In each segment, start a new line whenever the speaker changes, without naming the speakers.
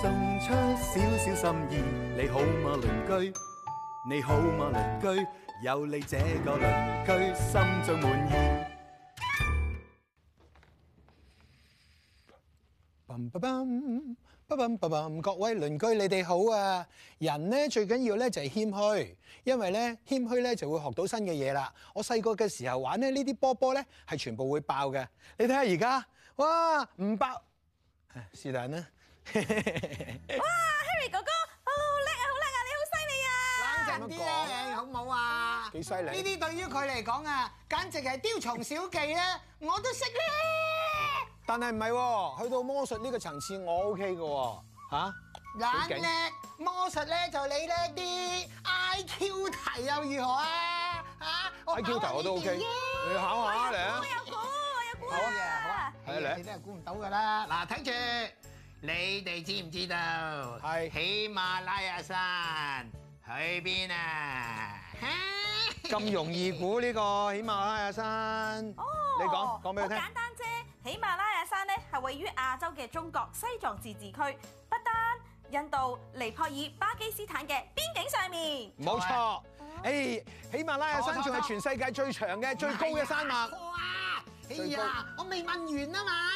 送出少少心意，你好嗎鄰居？你好嗎鄰居？有你這個鄰居，心中滿
意。各位鄰居，你哋好啊！人咧最緊要咧就係謙虛，因為咧謙虛咧就會學到新嘅嘢啦。我細個嘅時候玩咧呢啲波波咧係全部會爆嘅，你睇下而家，哇唔爆，是但啦。
哇，Harry 哥哥，好叻啊，好叻啊，你
好犀利啊！冷靜啲啊，你好唔好啊？
幾犀利？
呢啲對於佢嚟講啊，簡直係雕蟲小技咧，我都識咧。
但係唔係喎？去到魔術呢個層次，我 OK 嘅喎，嚇。
懶叻，魔術咧就你叻啲，IQ 題又如何啊？嚇
！IQ 題我都 OK，你考下嚟啊！
我有估，哎我有估啊！
係啊，
你都係估唔到㗎啦。嗱，睇住。你哋知唔知道？
係
喜馬拉雅山去邊啊？
咁容易估呢個喜馬拉雅山？
哦，
你講講俾佢聽。
好簡單啫，喜馬拉雅山咧係位於亞洲嘅中國西藏自治區，不丹、印度、尼泊爾、巴基斯坦嘅邊境上面。
冇錯，誒，喜馬拉雅山仲係全世界最長嘅、最高嘅山脈。
哇！啊哎呀，我未問完啊嘛，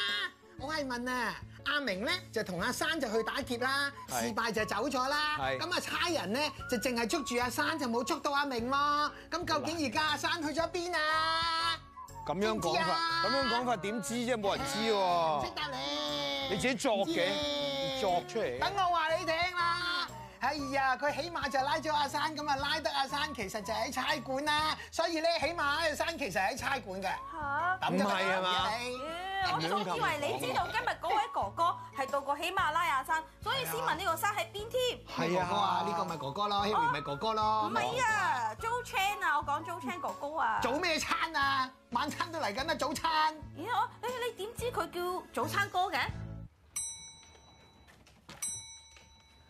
我係問啊。阿明咧就同阿山就去打劫啦，事敗就走咗啦。咁啊差人咧就淨係捉住阿山，就冇捉到阿明咯。咁究竟而家阿山去咗邊啊？
咁樣講法，咁樣講法點知啫？冇人知喎。
唔識答你，
你自己作嘅，作出嚟。
等我話你聽啦。哎呀，佢起碼就拉咗阿山，咁啊拉得阿山，其實就喺差館啦。所以咧，起碼阿山其實喺差館嘅。
嚇！
唔係啊嘛？
我仲以為你知道今日嗰位哥哥係到過喜馬拉雅山，所以先問呢個山喺邊添。
係啊，哥哥啊，呢個咪哥哥咯，Harry 咪哥哥咯。
唔係啊，Jo Chan 啊，我講 Jo Chan 哥哥啊。
早咩餐啊？晚餐都嚟緊啦，早餐。
咦我誒你點知佢叫早餐哥嘅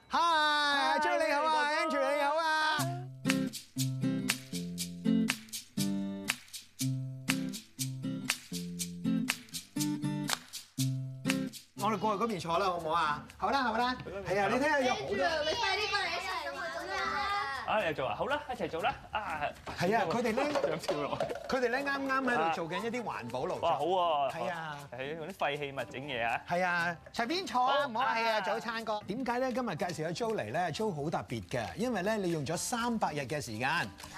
嗨，阿 Jo 你好啊，Andrew 你好啊。
我哋過去嗰邊坐啦，好唔好啊？好啦，好啦，係啊，你睇下有好多，
你快啲過嚟一齊玩啦！
啊，你又做啊？好啦，一齊做啦！啊，
係啊，佢哋咧，
想跳落去。
佢哋咧啱啱喺度做緊一啲環保勞
哇，好
作，
喎！
係啊
係用啲廢棄物整嘢啊！
係啊，隨便坐啊，
好
唔好係啊，
啊
早餐哥。點解咧今日介紹阿 Jo 嚟咧？Jo 好特別嘅，因為咧你用咗三百日嘅時間，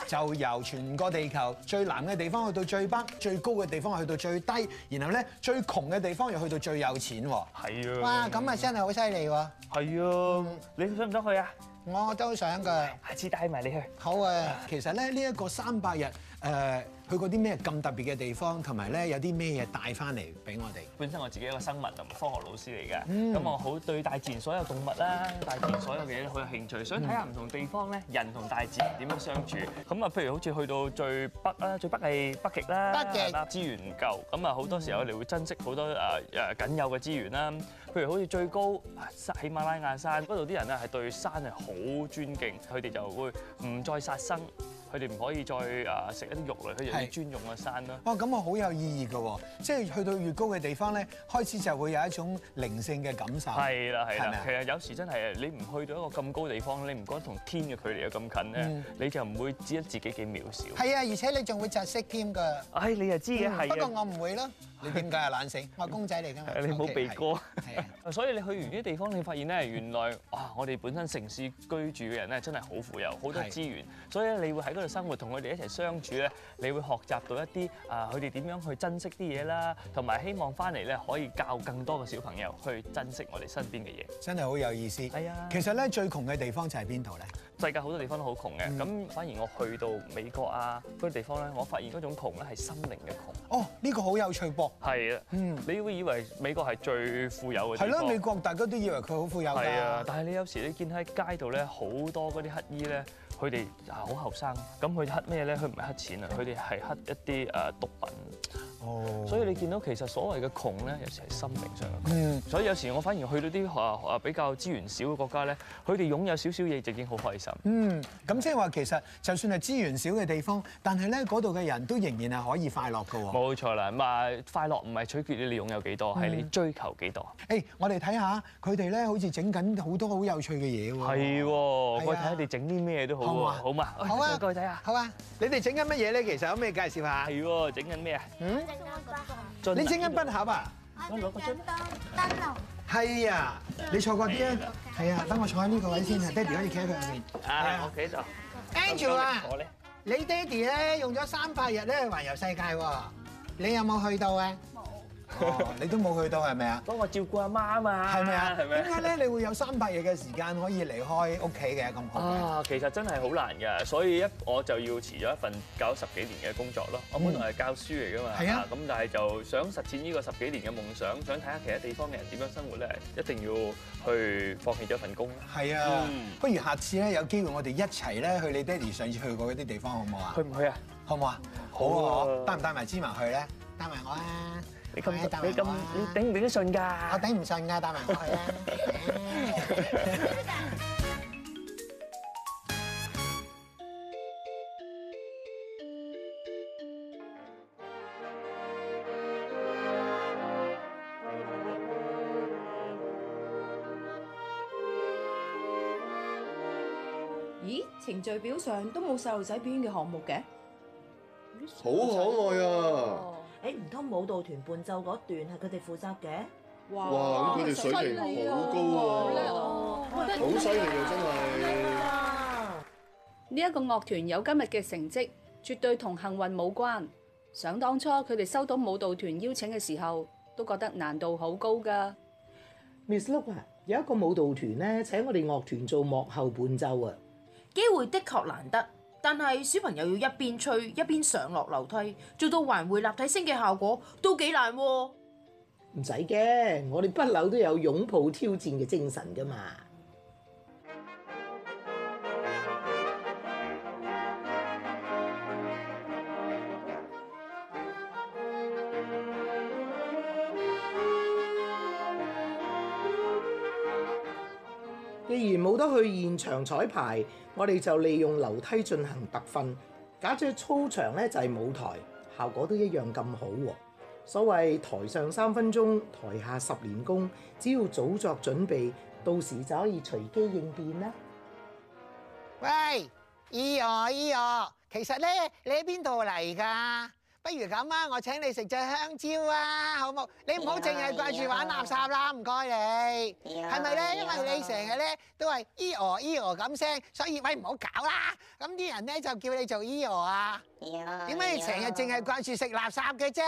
就由全個地球最南嘅地方去到最北，最高嘅地方去到最低，然後咧最窮嘅地方又去到最有錢喎。
係啊！
哇，咁啊嗯真係好犀利喎！
係啊！你想唔想去啊？
我都想㗎。
下次帶埋你去。
好啊，其實咧呢一個三百日誒去過啲咩咁特別嘅地方，同埋咧有啲咩嘢帶翻嚟俾我哋？
本身我自己一個生物同科學老師嚟嘅，咁我好對大自然所有動物啦、大自然所有嘅嘢都好有興趣，想睇下唔同地方咧人同大自然點樣相處。咁啊，譬如好似去到最北啦，最北係北極啦，
北極
係嘛資源唔夠，咁啊好多時候我哋會珍惜好多誒誒僅有嘅資源啦。譬如好似最高啊喜馬拉雅山嗰度啲人啊，係對山係好尊敬，佢哋就會唔再殺生，佢哋唔可以再誒食一啲肉類，佢哋要
係
尊重個山啦。
哇，咁我好有意義嘅喎，即係去到越高嘅地方咧，開始就會有一種靈性嘅感受。
係啦係
係咪
啦
啊，
其實有時真係你唔去到一個咁高地方，你唔覺得同天嘅距離有咁近咧，你就唔會知得自己幾渺小。
係啊，而且你仲會窒息添㗎。 嗯
唉，你又知嘅
不過
係啊。
我唔會 咯。你點解啊？懶醒，我係公仔嚟㗎嘛。
你冇避過
OK，係。係啊。
所以你去完呢啲地方，你發現咧，原來哇，我哋本身城市居住嘅人咧，真係好富有，好多
係
資源，所以咧，你會喺嗰度生活，同佢哋一齊相處咧，你會學習到一啲啊，佢哋點樣去珍惜啲嘢啦，同埋希望翻嚟咧可以教更多嘅小朋友去珍惜我哋身邊嘅嘢。
真係好有意思。
係啊
其實咧，最窮嘅地方就係邊度咧？
世界好多地方都好窮嘅，
嗯
咁、反而我去到美國啊嗰啲地方咧，我發現嗰種窮咧係心靈嘅窮。
哦，呢個好有趣噃。
係啊，
嗯，
你會以為美國係最富有嘅
係
地
咯，
方。
美國大家都以為佢好富有㗎。
係啊，但係你有時你見喺街度咧，好多嗰啲乞衣咧，佢哋啊好後生，咁佢乞咩咧？佢唔係乞錢啊，佢哋係乞一啲誒毒品，
哦，
所以你見到其實所謂嘅窮咧，有時係心靈上嘅窮。
嗯，
所以有時我反而去到啲啊啊比較資源少嘅國家咧，佢哋擁有少少嘢就已經好開心。
嗯，咁即係話其實就算係資源少嘅地方，但係咧嗰度嘅人都仍然係可以快樂㗎喎。
冇錯啦，咁啊快樂唔係取決於你擁有幾多，係你追求幾多。
誒，我哋睇下佢哋咧，好似整緊好多好有趣嘅嘢喎。
係喎，我
係啊
睇下你整啲咩都好
好
喎，
啊
好嘛？
好啊
過去睇下。
好啊，你哋整緊乜嘢咧？其實可唔可以介紹下？
係喎，整緊咩啊？
嗯，
整緊個鐘，
樽啊
你整緊筆盒啊？
我整緊燈燈籠，
係啊，你坐過啲啊？係啊，等我坐喺呢個位先啊，爹哋可以企喺佢入面。
啊，我企喺度。
Angel 啊，
我咧
你爹哋咧用咗三百日咧去環遊世界喎，你有冇去到啊？
哦，你都冇去到係咪啊？
幫我照顧阿媽啊嘛，
係咪啊？
係
點解
咪？
咧？你會有三百日嘅時間可以離開屋企嘅咁好嘅？
啊，其實真係好難㗎，所以一我就要辭咗一份教咗十幾年嘅工作咯。我本來係教書嚟㗎嘛，
係啊
咁但係就想實踐呢個十幾年嘅夢想，想睇下其他地方嘅人點樣生活咧，一定要去放棄咗一份工啦。
係啊
嗯，
不如下次咧有機會我哋一齊咧去你爹哋上次去過嗰啲地方好唔好啊
去？唔去啊？
好唔好啊？好
好
啊
啊，
帶唔帶埋芝麻去咧？
帶埋我啊！
你咁
哎帶埋
你咁
我啊
你頂唔頂得順
我
㗎？
頂唔順㗎，帶埋我去
啊
啦！
咦，程序表上都冇細路仔表演嘅項目嘅。
好可愛啊！
哦，
誒唔通舞蹈團伴奏嗰段係佢哋負責嘅？
哇
哇咁佢哋水平好高喎
好叻
哦
哦
好犀利啊，真係！
呢一個樂團有今日嘅成績，絕對同幸運冇關。想當初佢哋收到舞蹈團邀請嘅時候，都覺得難度好高㗎。
Miss Look 啊，有一個舞蹈團咧請我哋樂團做幕後伴奏啊，
機會的確難得，但係小朋友要一邊吹一邊上落樓梯，做到環回立體聲嘅效果都幾難喎、
唔使嘅，我哋不嬲都有擁抱挑戰嘅精神噶嘛。既然冇得去現場彩排，我哋就利用樓梯進行特訓。假設操場呢就係舞台，效果都一樣咁好喎。所謂台上三分鐘，台下十年功，只要早作準備，到時就可以隨機應變啦。
喂，依我依我，哦其實咧你喺邊度嚟㗎？不如咁啊，我請你食隻香蕉啊，好冇？你唔好淨係掛住玩垃圾啦，唔該你。係咪咧？因為你成日咧都係依我依我哦咁聲，所以喂唔好搞啦。咁啲人咧就叫你做依我啊。點解你成日淨係掛住食垃圾嘅啫？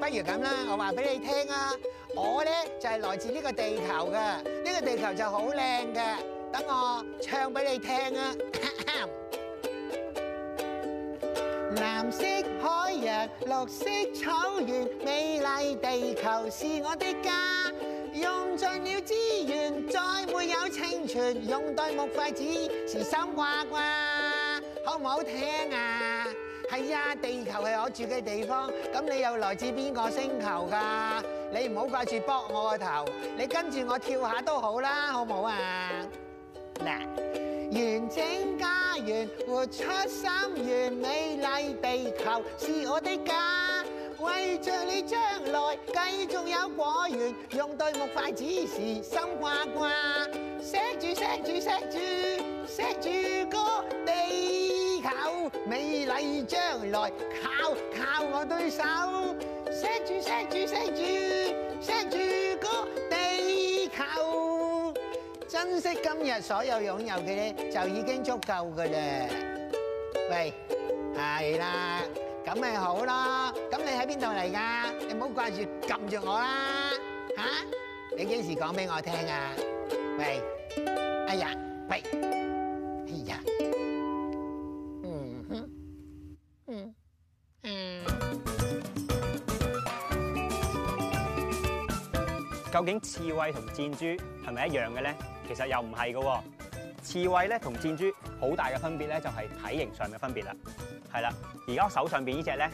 不如咁啦，我話俾你聽啊，我咧就係來自呢個地球嘅，呢個地球就好靚嘅。等我唱俾你聽啊！ 藍色海洋，綠色草原，美麗地球是我的家。用盡了資源，再沒有清泉，用對木筷子是心掛掛，好唔好聽啊？係啊，地球係我住嘅地方，咁你又來自邊個星球㗎？你唔好掛住剝我個頭，你跟住我跳下都好啦，好唔好啊？嗱。完整家園，活出心願，美麗地球是我的家。為着你將來繼續有果園，用對木筷子時心掛掛，錫住錫住錫住錫住個地球，美麗將來靠靠我對手，錫住錫住錫住錫住個地球。珍惜今日所有擁有嘅咧，就已經足夠噶啦。喂，係啦，咁咪好咯。咁你喺邊度嚟㗎？你唔好掛住撳住我啦，嚇！你幾時講俾我聽啊？喂，
哎呀，喂，哎呀，嗯哼，嗯，嗯。
究竟刺猬同箭豬係咪一樣嘅咧？其實又唔係嘅喎。刺猬咧同箭豬好大嘅分別咧，就係體型上嘅分別啦。係啦，而家我手上邊呢只咧，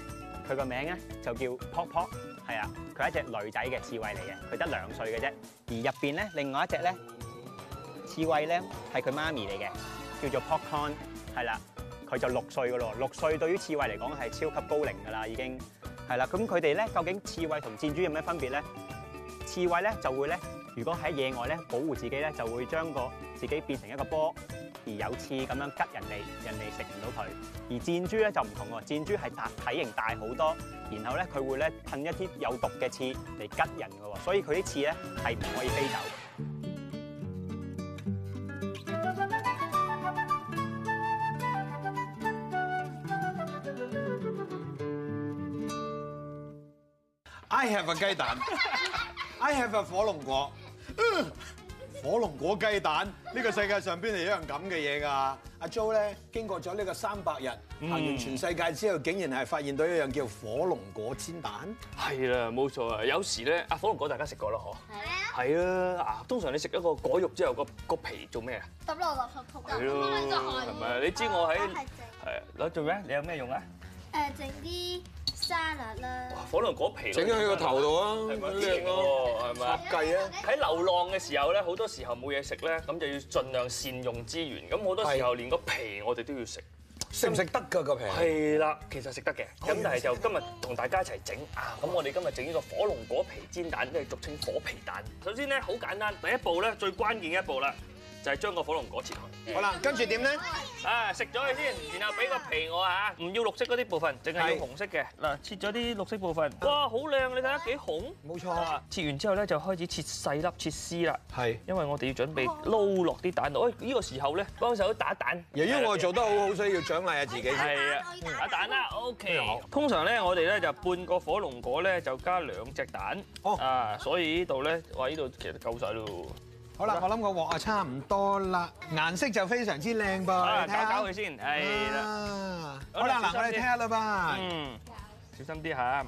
佢個名咧就叫 Pop Pop，係啊，佢係一隻女仔嘅刺猬嚟嘅，佢得兩歲嘅啫。而入邊咧，另外一隻咧，刺猬咧係佢媽咪嚟嘅，叫做 Popcorn，係啦，佢就六歲嘅咯。六歲對於刺猬嚟講係超級高齡㗎啦，已經係啦。咁佢哋咧究竟刺猬同箭豬有咩分別咧？刺猬咧就會咧，如果喺野外咧保護自己咧，就會將個自己變成一個波，而有刺咁樣拮人哋，人哋食唔到佢。而箭豬咧就唔同喎，箭豬係大體型大好多，然後咧佢會咧噴一啲有毒嘅刺嚟拮人嘅喎，所以佢啲刺咧係唔可以飛走。
I have a 雞蛋，I have a 火龍果。嗯火龍果雞蛋，呢個世界上邊係一樣咁嘅嘢㗎。阿 Jo 咧經過咗呢個三百日行完全世界之後，竟然係發現到一樣叫火龍果煎蛋。
係啦，冇錯啊！有時咧，啊火龍果大家食過啦，嗬。係啊，啊通常你食一個果肉之後，個個皮做咩啊？
抌落垃圾桶
係咯，係咪啊？你知我喺
係
係攞做咩？你有咩用啊？
誒整啲沙律啦，
火龍果皮
整咗喺個頭度啊
係咪
好
靚
靚
喎？係咪
合計啊！
喺流浪嘅時候咧，好多時候冇嘢食咧，咁就要盡量善用資源。咁好多時候連個皮我哋都要食。
食唔食得㗎個皮？
係啦，其實食得嘅，咁但係就今日同大家一齊整啊！咁我哋今日整呢個火龍果皮煎蛋，即係俗稱火皮蛋。首先咧好簡單，第一步咧最關鍵嘅一步啦，就係將個火龍果切開。
好啦，跟住點咧？
啊，食咗佢先，然後俾個皮我嚇，唔要綠色嗰啲部分，淨係要紅色嘅。嗱，切咗啲綠色部分，哇，好靚！你睇下幾紅。
冇錯。
切完之後咧，就開始切細粒、切絲啦。係。因為我哋要準備撈落啲蛋度。哎，呢個時候咧，幫手打蛋。
由於我做得好好，所以要獎勵下自己。
係啊，打蛋啦，OK。通常咧，我哋咧就半個火龍果咧就加兩隻蛋。哦。啊，所以呢度咧，哇，呢度其實夠晒咯。
好啦，我諗個鑊啊差唔多啦，顏色就非常之靚噃，
啊，
你睇
搞搞佢
下。啊
先，係啦。
好啦，嗱，我哋
小心啲
睇下啦吧。
嗯，小心啲嚇。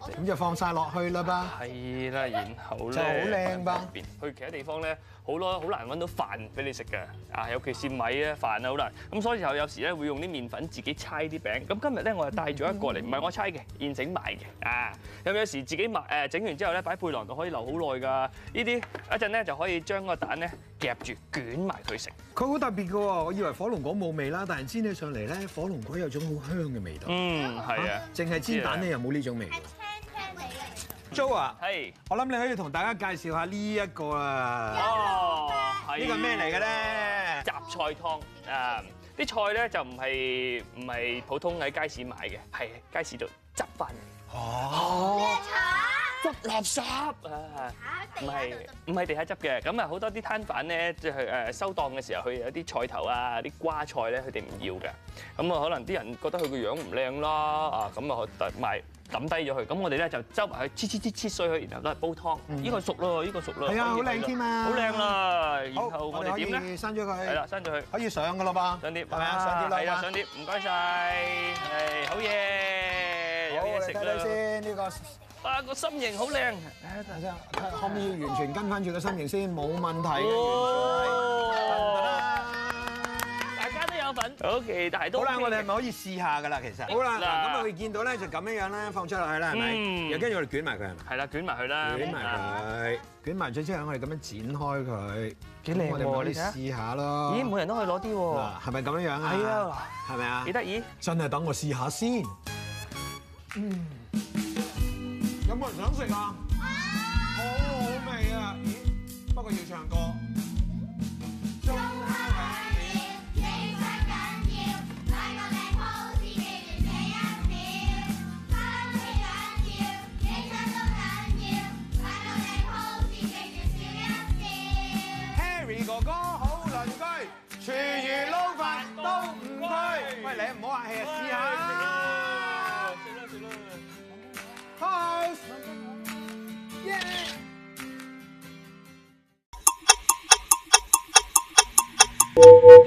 咁就放晒落去啦吧。
係啦，然後咧
就好靚吧。
去其他地方咧，好多好難揾到飯俾你食嘅啊，尤其是米啊飯啊好難。咁所以就有時咧會用啲麵粉自己搓啲餅。咁今日咧我就帶咗一個
嗯
嚟，唔係我搓嘅，現整埋嘅啊。咁有時自己買誒整完之後咧，擺背囊度可以留好耐㗎。呢啲一陣咧就可以將個蛋咧夾住捲埋佢食。
佢好特別嘅喎，我以為火龍果冇味啦，但係煎起上嚟咧，火龍果有種好香嘅味道。
嗯，係啊
淨係煎蛋咧又冇呢種味。Jo 啊，
係，
我諗你可以同大家介紹下呢一個啊。
哦，
呢個咩嚟嘅
咧？雜菜湯啊！啲菜咧就唔係唔係普通喺街市買嘅，係街市度執翻嚟。哦，執垃圾啊！唔係唔係地下執嘅，咁啊好多啲攤販咧，即係誒收檔嘅時候，佢有啲菜頭啊、啲瓜菜咧，佢哋唔要嘅。咁啊，可能啲人覺得佢個樣唔靚啦，啊咁啊賣抌低咗佢。咁我哋咧就周埋佢切切切切碎佢，然後攞嚟煲湯。呢個熟咯，呢個熟咯。
係啊，
可
好
以
靚添啊！
好靚啦！然
好
後我
哋
哋
可以
點咧？
閂咗佢。
係啦，閂咗佢。
可以上噶啦噃。
上碟
係咪啊？上碟啦。
係啊，上碟，唔該晒，係好嘢，有嘢食
睇睇
啦。
先呢個。
啊，個心形好靚。
睇下可唔可以完全跟翻住個心形先？冇問題嘅。
大家都有份。O K，但係都
好啦，
OK
我哋係咪可以試下噶啦？其實好啦，嗱咁我哋見到咧就咁樣樣咧放出落去啦，係咪？
嗯
又跟住我哋捲埋佢係咪？
係啦，捲埋佢啦。
捲埋佢，捲埋咗之後，我哋咁樣剪開佢，
幾靚喎
我哋咪可以
你睇下
試下咯。
咦每人都可以攞啲喎
嗱係咪咁樣樣啊？
係啊，
係咪啊？
幾得意！
真係等我試下先。嗯，有冇人想食啊？好好味啊！咦，不過要唱歌。Harry 哥哥好鄰居，廚餘撈飯都唔拘。喂，你唔好客氣啊，試下啦。食啦食啦。House，耶！
係。